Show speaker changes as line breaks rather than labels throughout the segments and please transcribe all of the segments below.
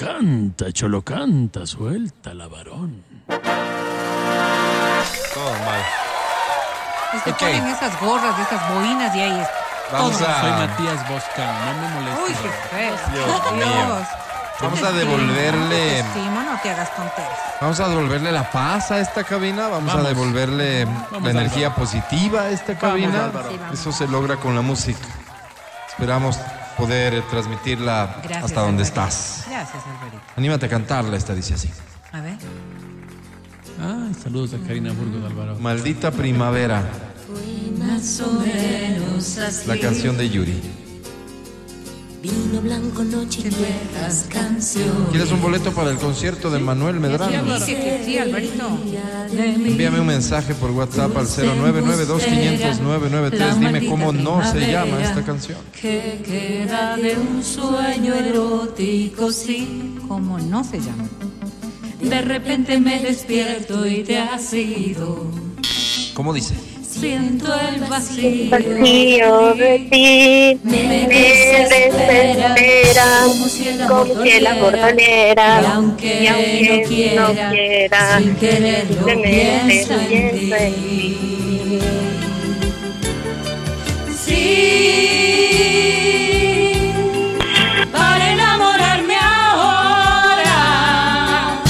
canta, cholo canta, suelta la varón.
Todo mal.
Es que
Ok.
ponen esas gorras, esas boinas y ahí es.
Vamos
todo.
Soy
a,
Matías Bosca, no me molestes.
Uy, qué feo.
Dios mío. Vamos a devolverle-
Sí, no te hagas tonteras.
vamos a devolverle la paz a esta cabina, vamos,
Vamos.
a devolverle la
Álvaro.
energía positiva a esta cabina.
Álvaro.
Sí, vamos.
Eso se logra con la música. Esperamos poder transmitirla
Gracias.
hasta donde
Alvarito.
estás.
Gracias, Alvarito.
Anímate a cantarla, esta dice así.
A ver.
Ah, saludos a Karina Burgos Alvarado.
Maldita primavera,
Más o menos así.
la canción de Yuri.
Vino blanco, noche y viejas canciones.
¿Quieres un boleto para el concierto de Manuel Medrano?
Dice que sí, Alvarito.
Envíame un mensaje por WhatsApp al 0992500993. Dime cómo no se llama esta canción.
Que queda de un sueño erótico, sí.
¿Cómo no se llama?
De repente me despierto y te has ido.
¿Cómo dice?
Siento el vacío.
Vacío de ti
Me
me desespera
como si el amor
como si el amor
doliera.
doliera.
Y aunque,
Y aunque
no quiera,
no quiera,
sin quererlo
simplemente
pienso en
pienso en
ti. Sí, para enamorarme ahora.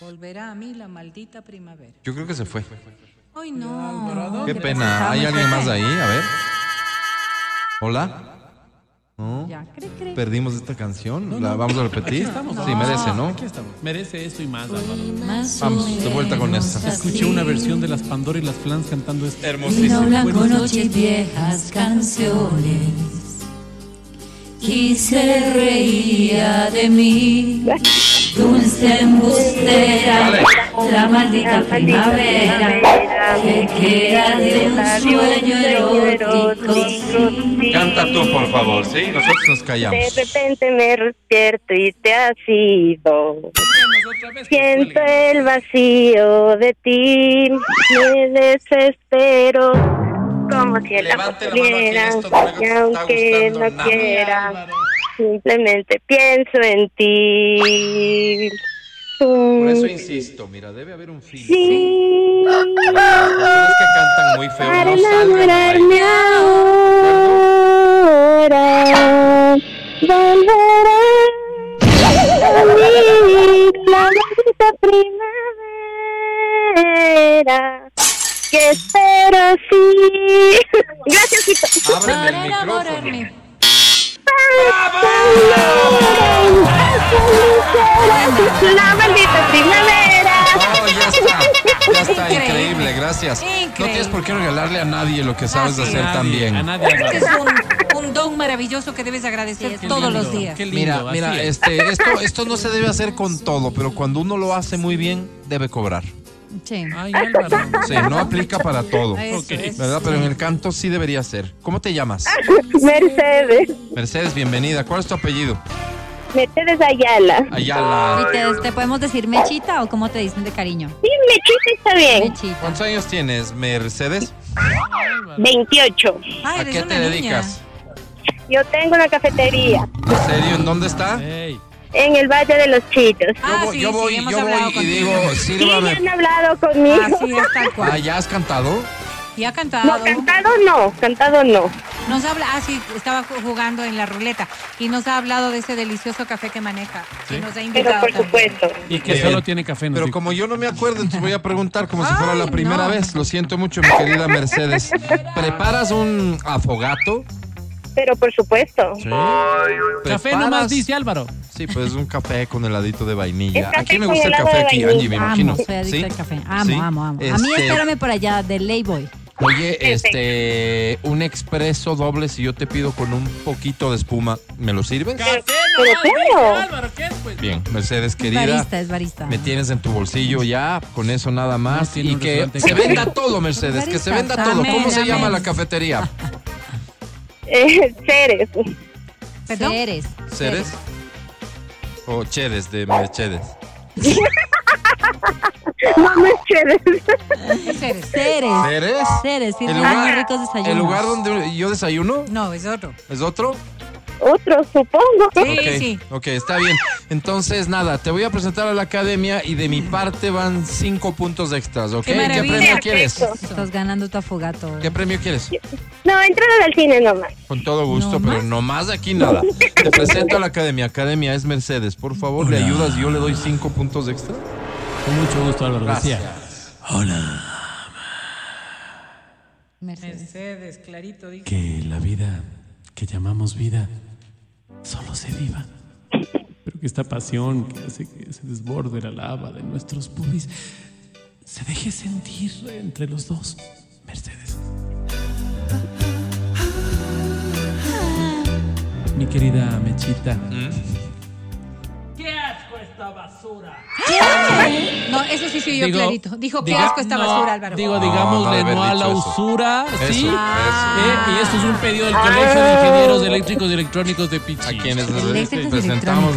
Volverá a mí la maldita primavera.
Yo creo que se fue.
Ay, no.
Qué
Gracias,
pena. ¿Hay
Alvarito.
alguien más ahí? A ver. Hola. No.
Ya, cre, cre.
Perdimos esta canción. La vamos a repetir. Sí, merece, ¿no?
Aquí estamos. Merece eso y más, Álvaro.
Más
Vamos,
o
de vuelta con
menos
esta.
así.
Escuché una versión de las Pandora y las Flans cantando esto.
Vino blanco, noche y viejas canciones. Y se reía de mí. Dulce embustera, la maldita primavera. Que queda de un sueño erótico.
Canta tú, por favor.
Sí, nosotros nos callamos.
De repente me despierto y te has ido. Siento el vacío de ti, me desespero. Como si el amor
Levante la mano a quien
doliera.
esto no le
Y
está
aunque
gustando
no
nada.
quiera, simplemente pienso en ti.
Por eso
Tú,
insisto, mira, debe haber un filtro.
sí,
Personas que cantan muy feo
para
no salgan de ahí.
enamorarme ahora. Volverá a mí la maldita primavera. Que espero sí. Gracias, Tito.
Ábreme el
Para
micrófono.
enamorarme.
La maldita primavera.
Bravo, Ah, ya está. Ya está, increíble, gracias. No
Increíble.
tienes por qué regalarle a nadie lo que sabes
Nadie,
hacer tan bien.
A nadie, Álvaro.
Este es un, un don maravilloso que debes agradecer
Qué
todos
lindo,
los días.
Qué lindo,
Mira,
así
mira,
es.
este, esto, esto no se debe hacer con todo, pero cuando uno lo hace muy bien, debe cobrar.
Sí. Ah,
Ay, Álvaro.
Sí, no aplica para todo.
Eso,
Ok.
eso.
¿Verdad? Pero en el canto sí debería ser. ¿Cómo te llamas?
Mercedes.
Mercedes, bienvenida. ¿Cuál es tu apellido?
Mercedes Ayala.
Ayala.
¿Y te,
Este,
te podemos decir mechita o cómo te dicen de cariño?
Sí, mi chiste está bien.
Mechita.
¿Cuántos años tienes, Mercedes?
28.
Ay,
¿A
Ah, eres
qué
una
te
niña.
dedicas?
Yo tengo una cafetería
¿En serio? ¿En dónde está?
Ey,
en el Valle de los Chitos.
Yo
Ah,
voy,
sí,
yo
sí,
voy,
hemos
yo
hablado
voy y
contigo.
digo,
Sí, ya
sírvame.
han hablado conmigo.
Así es, tal
Ah,
cual.
¿ya has cantado?
Y ha
No,
cantado.
cantado no, cantado no.
Nos habla, ah, sí, estaba ju- jugando en la ruleta y nos ha hablado de ese delicioso café que maneja.
Sí.
Y nos ha
Pero
invitado
por
también.
supuesto.
Y que
Bien.
solo tiene café. nos
Pero
dijo.
como yo no me acuerdo, entonces voy a preguntar como si fuera
Ay,
la primera
no.
vez. Lo siento mucho, mi querida Mercedes. ¿Preparas un afogato?
Pero por supuesto.
Sí.
Café nomás dice Álvaro.
Sí, pues un café con heladito de
Es
vainilla.
café
¿A quién le
con
gusta el
helado
café
de
aquí?
vainilla.
Angie, me imagino.
Amo, soy adicta
¿Sí?
al café. Amo,
¿Sí?
amo, amo. A mí
Este,
espérame por allá, de Layboy.
Oye, este, un expreso doble, si yo te pido con un poquito de espuma, ¿me lo sirves?
Pero claro.
¿qué es, pues?
Bien, Mercedes,
Es
querida.
barista, es barista.
Me tienes en tu bolsillo ya, con eso nada
No
más.
tiene
y
un
que
restaurante
se
café.
venda todo, Mercedes, que se venda todo.
Amén,
¿Cómo se
amén.
llama la cafetería?
Eh, seres.
¿Perdón?
Ceres.
¿Ceres? O Chedes, de Mercedes.
No me seres.
¿Qué
Ceres.
eres?
¿Ceres?
Ceres,
El
sirven
lugar-
muy ricos desayunos.
¿El lugar donde yo desayuno
No, es otro.
es otro?
otros, supongo.
Sí,
Ok,
sí.
Ok, está bien. Entonces, nada, te voy a presentar a la academia y de mi parte van cinco puntos extras, ¿ok?
Qué
¿Qué
maravilla.
premio quieres?
Perfecto.
Estás ganando tu afogato.
¿Qué premio quieres?
No, entrada al cine nomás.
Con todo
¿No
gusto, pero
más?
no más aquí nada. Te presento a la academia. Academia es Mercedes. Por favor, ¿le
Hola.
ayudas? Yo le doy cinco puntos extra.
Con mucho gusto, Álvaro. Decía.
Gracias.
Hola,
Mercedes.
Mercedes, clarito, dice.
Que la vida que llamamos vida solo se viva. Pero que esta pasión que hace que se desborde la lava de nuestros pubis se deje sentir entre los dos. Mercedes. Mi querida Mechita.
No, eso sí sí yo
Digo,
clarito. Dijo, qué
diga-
asco esta
no,
basura, Álvaro.
Digo,
No,
digámosle
no
no,
haber
a la
dicho eso.
usura, ¿sí?
Eso,
Ah,
Eh, y esto es un pedido del Colegio de Ingenieros Eléctricos y Electrónicos de Pichi.
A quienes les
Eléctricos y
presentamos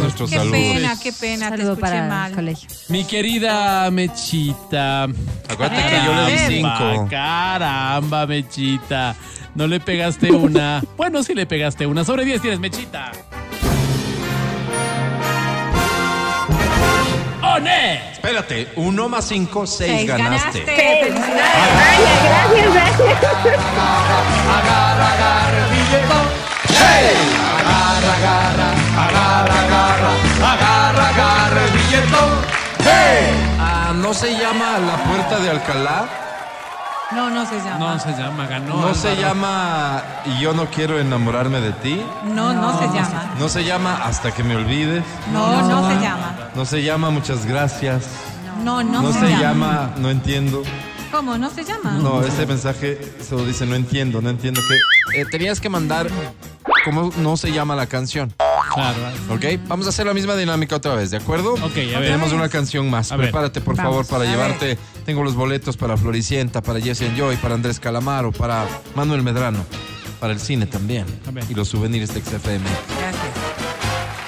electrónicos.
nuestros
qué
saludos.
pena, qué pena, te
Saludo
escuché
para el
mal.
colegio.
Mi querida Mechita.
Acuérdate que yo le di cinco.
Caramba, Caramba, Mechita. No le pegaste una. Bueno, sí le pegaste una. Sobre 10 tienes, Mechita. ¡One!
Espérate, uno más cinco, seis
Seis,
ganaste.
Felicidades.
Ay, gracias, gracias.
Ah, ¿no se llama La Puerta de Alcalá?
No, no se llama.
No se llama, ganó.
¿No se
Álvaro.
llama Y Yo no quiero enamorarme de ti?
No, no, se llama.
¿No se llama Hasta que me olvides?
No, no, se llama.
¿No se llama Muchas gracias?
No, no,
¿No,
se,
se
llama.
llama No entiendo?
¿Cómo? ¿No se
Ah.
llama?
No, ese mensaje solo dice No entiendo, no entiendo que... Eh, tenías que mandar cómo no se llama la canción,
Claro.
¿ok? Vamos a hacer la misma dinámica otra vez, ¿de acuerdo?
Ok, a ver.
Tenemos una canción más.
A ver.
Prepárate, por favor,
Vamos.
para
A
llevarte. Tengo los boletos para Floricienta, para Jesse and Joy, para Andrés Calamaro, para Manuel Medrano, para el cine también.
A ver.
Y los souvenirs de XFM.
Gracias.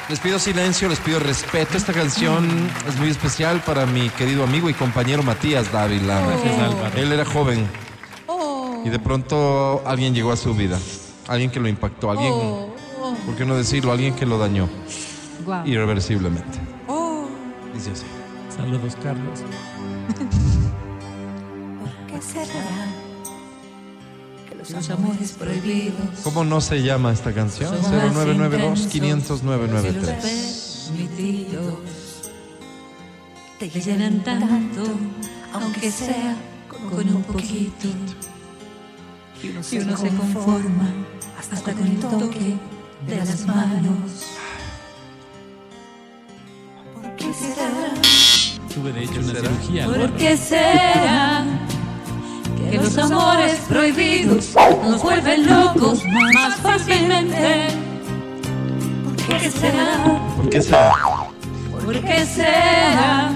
Les pido silencio, les pido respeto. Esta canción es muy especial para mi querido amigo y compañero Matías Dávila.
Gracias, Álvaro.
Él era joven
Oh,
y de pronto alguien llegó a su vida. Alguien que lo impactó, alguien,
oh, oh,
¿por qué no decirlo? Alguien que lo dañó
Guau.
irreversiblemente.
oh.
Dice así.
Saludos, Carlos.
¿Qué será que los amores prohibidos
¿Cómo no se llama esta canción?
Son más
0992
intensos,
500 993
si los permitidos te llenan tanto, aunque sea con un poquito? Y uno se conforma hasta con el toque de las manos. ¿Por qué será?
Tuve de hecho una cirugía.
¿Por
Álvaro.
qué será que los amores prohibidos nos vuelven locos más fácilmente? ¿Por qué será?
¿Por qué será?
¿Por qué será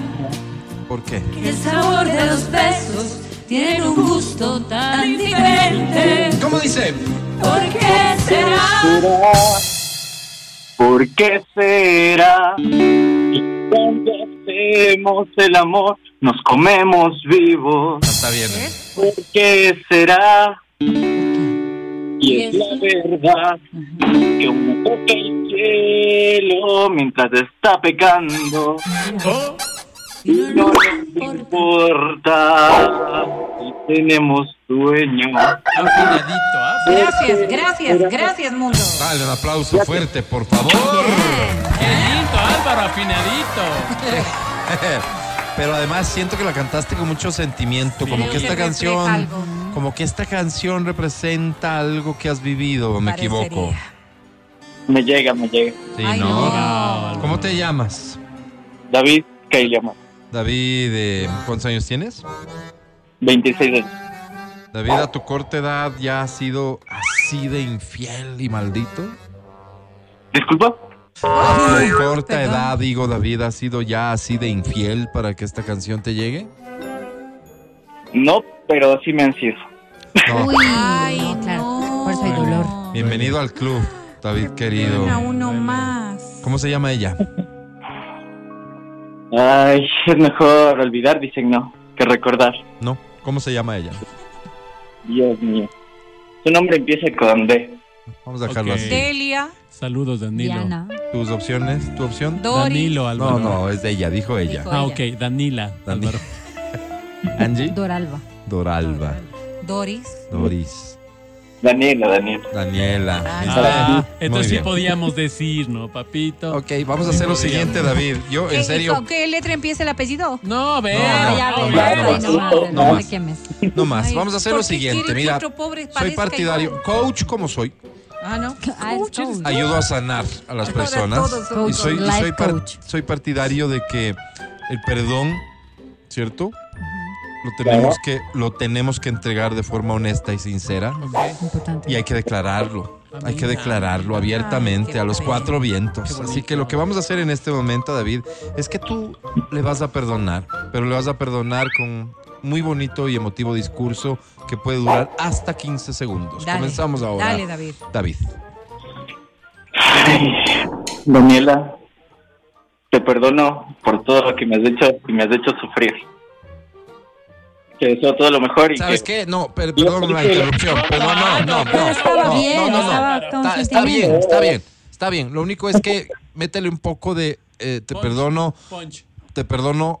¿Por qué?
que el sabor de los besos tiene un gusto tan diferente?
¿Cómo dice?
¿Por qué será?
¿Por qué será? Cuando hacemos el amor, nos comemos vivos.
Está bien.
¿Por qué será? Y es la verdad que uno toca el cielo mientras está pecando.
Oh.
Y no nos importa si tenemos sueño.
Afinadito, ¿ah?
Gracias, gracias, gracias, mundo.
Dale un aplauso fuerte, por favor.
Qué lindo, Álvaro, afinadito.
Pero además siento que la cantaste con mucho sentimiento, como
Creo
que esta
refleja
canción,
algo.
como que esta canción representa algo que has vivido, o me
Parecería.
equivoco.
Me llega, me llega.
Sí,
Ay,
¿no?
no.
¿Cómo te llamas?
David Keiliaman,
David, eh, ¿cuántos años tienes?
26 años.
David, a tu corta edad ya has sido así de infiel y maldito.
Disculpa.
A tu corta
perdón.
edad, digo David, ¿has sido ya así de infiel para que esta canción te llegue?
No, pero sí me han sido.
No.
Uy,
Ay,
no, claro.
no.
Por eso hay dolor.
Bienvenido al club, David querido.
Una, uno más.
¿Cómo se llama ella?
Ay, es mejor olvidar, dicen no, que recordar.
No, ¿cómo se llama ella?
Dios mío. Su nombre empieza con D.
Vamos a dejarlo
Ok.
así.
Delia,
Saludos, Danilo.
Diana.
¿Tus opciones? ¿Tu opción?
Doris.
Danilo,
No,
Álvaro.
no, es de ella, dijo ella.
Dijo.
Ah, ok, Danila,
Dani-
Álvaro.
Angie.
Doralba.
Doralba.
Doris.
Doris.
Daniela, Daniela.
Daniela. Ahí está.
Ah,
Muy
entonces sí
bien.
podíamos decir, ¿no, papito?
Ok, vamos a hacer lo siguiente, David. Yo, en
¿Qué-
serio,
¿Con qué letra empieza el apellido?
No, a ver.
No,
Ah,
no,
ya,
no,
ves,
ya,
ay,
no
no,
más.
madre,
No
no
más.
me quemes.
no más.
Ay,
Vamos a hacer lo
¿por qué
siguiente.
quieren que
Mira,
otro pobre
soy
parezca
partidario.
igual?
Coach como soy,
Ah, no.
Ah, es coach.
ayudo a sanar a las
Ahora
personas.
todos
son
Y soy, y
coach.
soy,
Life
par-
coach.
soy partidario de que el perdón, ¿cierto? Lo tenemos, que, lo tenemos que entregar de forma honesta y sincera.
Importante.
Y hay que declararlo. Hay que
Amiga.
declararlo abiertamente
qué
a los
bello.
cuatro vientos. Así que lo que vamos a hacer en este momento, David, es que tú le vas a perdonar, pero le vas a perdonar con muy bonito y emotivo discurso que puede durar hasta 15 segundos.
Dale.
Comenzamos ahora.
Dale, David.
David.
Daniela, te perdono por todo lo que me has hecho y me has hecho sufrir. Te deseo todo lo mejor y
¿Sabes
que
qué? No, per- perdón la interrupción. Perdón, no, no, no.
Pero estaba
no,
bien,
no, no, no.
estaba con
Está, está
sentimiento.
bien, está bien, está bien. Lo único es que métele un poco de eh, te
Punch.
perdono
Punch.
te perdono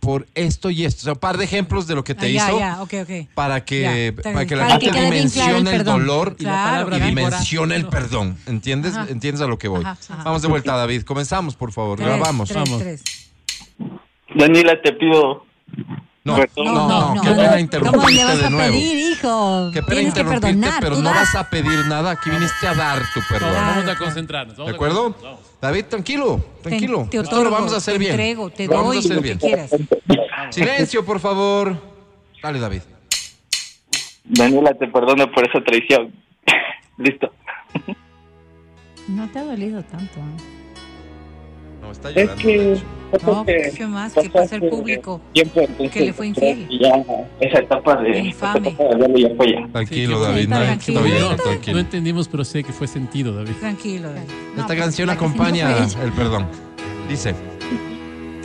por esto y esto. O sea, un par de ejemplos de lo que te
Ah, ya,
hizo
ya, ok, ok.
para
Ya,
que,
está
para
bien.
que la
Para que
gente
quede bien claro el
dimensione el,
perdón.
dolor y,
Claro,
y
¿verdad?
dimensione el perdón. ¿Entiendes?
Ajá.
¿Entiendes a lo que voy?
Ajá, ajá.
Vamos de vuelta, David. Comenzamos, por favor.
Tres,
Grabamos.
tres,
vamos.
tres.
Daniela, te pido
No,
Perdón.
no, no,
no,
qué
no.
pena
¿Cómo le
interrumpirte
vas
de
a
nuevo.
pedir, hijo?
Qué pena
Tienes que
interrumpirte,
perdonar.
pero
tú
no
das.
vas a pedir nada. Aquí viniste a dar tu
Vamos,
perdón.
Vamos a concentrarnos.
¿De
vamos a
acuerdo?
concentrarnos, vamos.
David, tranquilo,
Te-
tranquilo.
te
Esto lo
otorgo,
vamos a hacer
te
bien.
entrego, te
Lo vamos a
doy
hacer
lo
bien.
que quieras.
Silencio, por favor. Dale, David.
Daniela, te perdono por esa traición. Listo.
No te ha dolido tanto. ¿eh?
No, está
Es
llorando. de
que
hecho.
No,
que-
¿qué más que pasa el público?
tiempo, entonces,
Que le fue infiel.
y Ya esa etapa de esa
Infame.
etapa de verlo ya fue ya.
Tranquilo,
Sí,
David.
está
no,
tranquilo.
está bien,
No,
tranquilo.
No entendimos, pero sé que fue sentido, David.
Tranquilo, David.
Esta canción
la que sí no
acompaña
fue ella.
el perdón. Dice,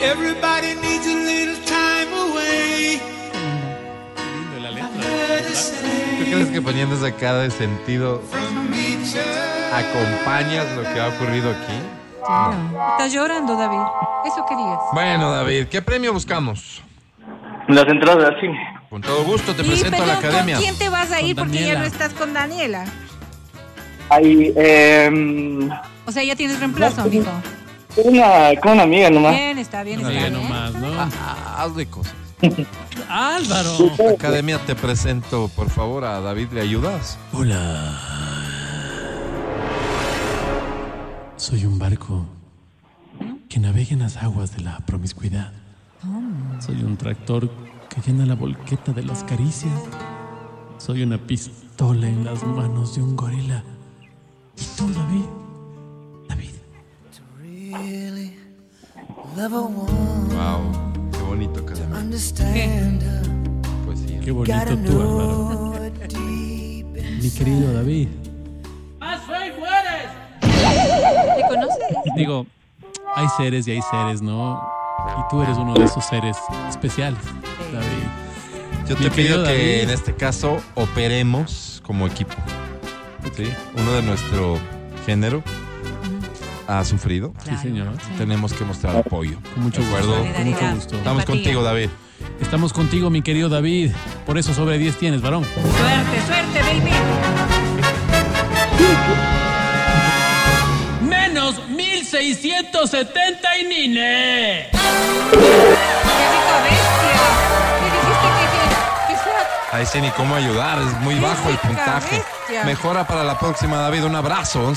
Everybody needs a little time away.
La letra.
¿tú crees que poniendo esa cara de sentido acompañas lo que ha ocurrido aquí?
Claro.
Estás llorando, David. Eso querías.
Bueno, David, ¿qué premio buscamos?
Las entradas al cine.
Con todo gusto te
Y,
presento a la
perdón,
academia.
¿Con quién te vas a
Con
ir? Porque ya
Daniela.
no estás con Daniela.
Hay em,
O sea, ya tienes reemplazo, amigo.
una con una amiga nomás.
Bien, está bien, está
Diga
bien.
nomás, ¿no?
Ah, ah, haz de cosas. Ah.
Álvaro.
La academia te presento, por favor, a David, ¿le ayudas?
Hola,
Soy un barco que navega en las aguas de la promiscuidad. Soy un tractor que llena la volqueta de las caricias. Soy una pistola en las manos de un gorila. Y tú, David, David,
Wow, qué bonito academia. Pues sí.
qué bonito tú, Álvaro. Mi querido David.
¿Te conoces?
Digo, hay seres y hay seres, ¿no? Y tú eres uno de esos seres especiales, David.
Yo
Mi
te pido
querido
que
David.
en este caso operemos como equipo. ¿Sí? Uno de nuestro género ha sufrido.
Sí, señor.
Tenemos que mostrar apoyo.
Con mucho
De acuerdo.
gusto. Con mucho gusto.
Estamos
Empatía.
contigo, David.
Estamos contigo, mi querido David. Por eso sobre 10 tienes, varón.
Suerte, suerte, baby.
Menos 1670 y nine.
¡Qué rica bestia! ¿Qué dijiste que, que, que fuera?
Ahí sé ni cómo ayudar, es muy
Qué
bajo el
rica
puntaje.
bestia.
Mejora para la próxima, David. Un abrazo. 11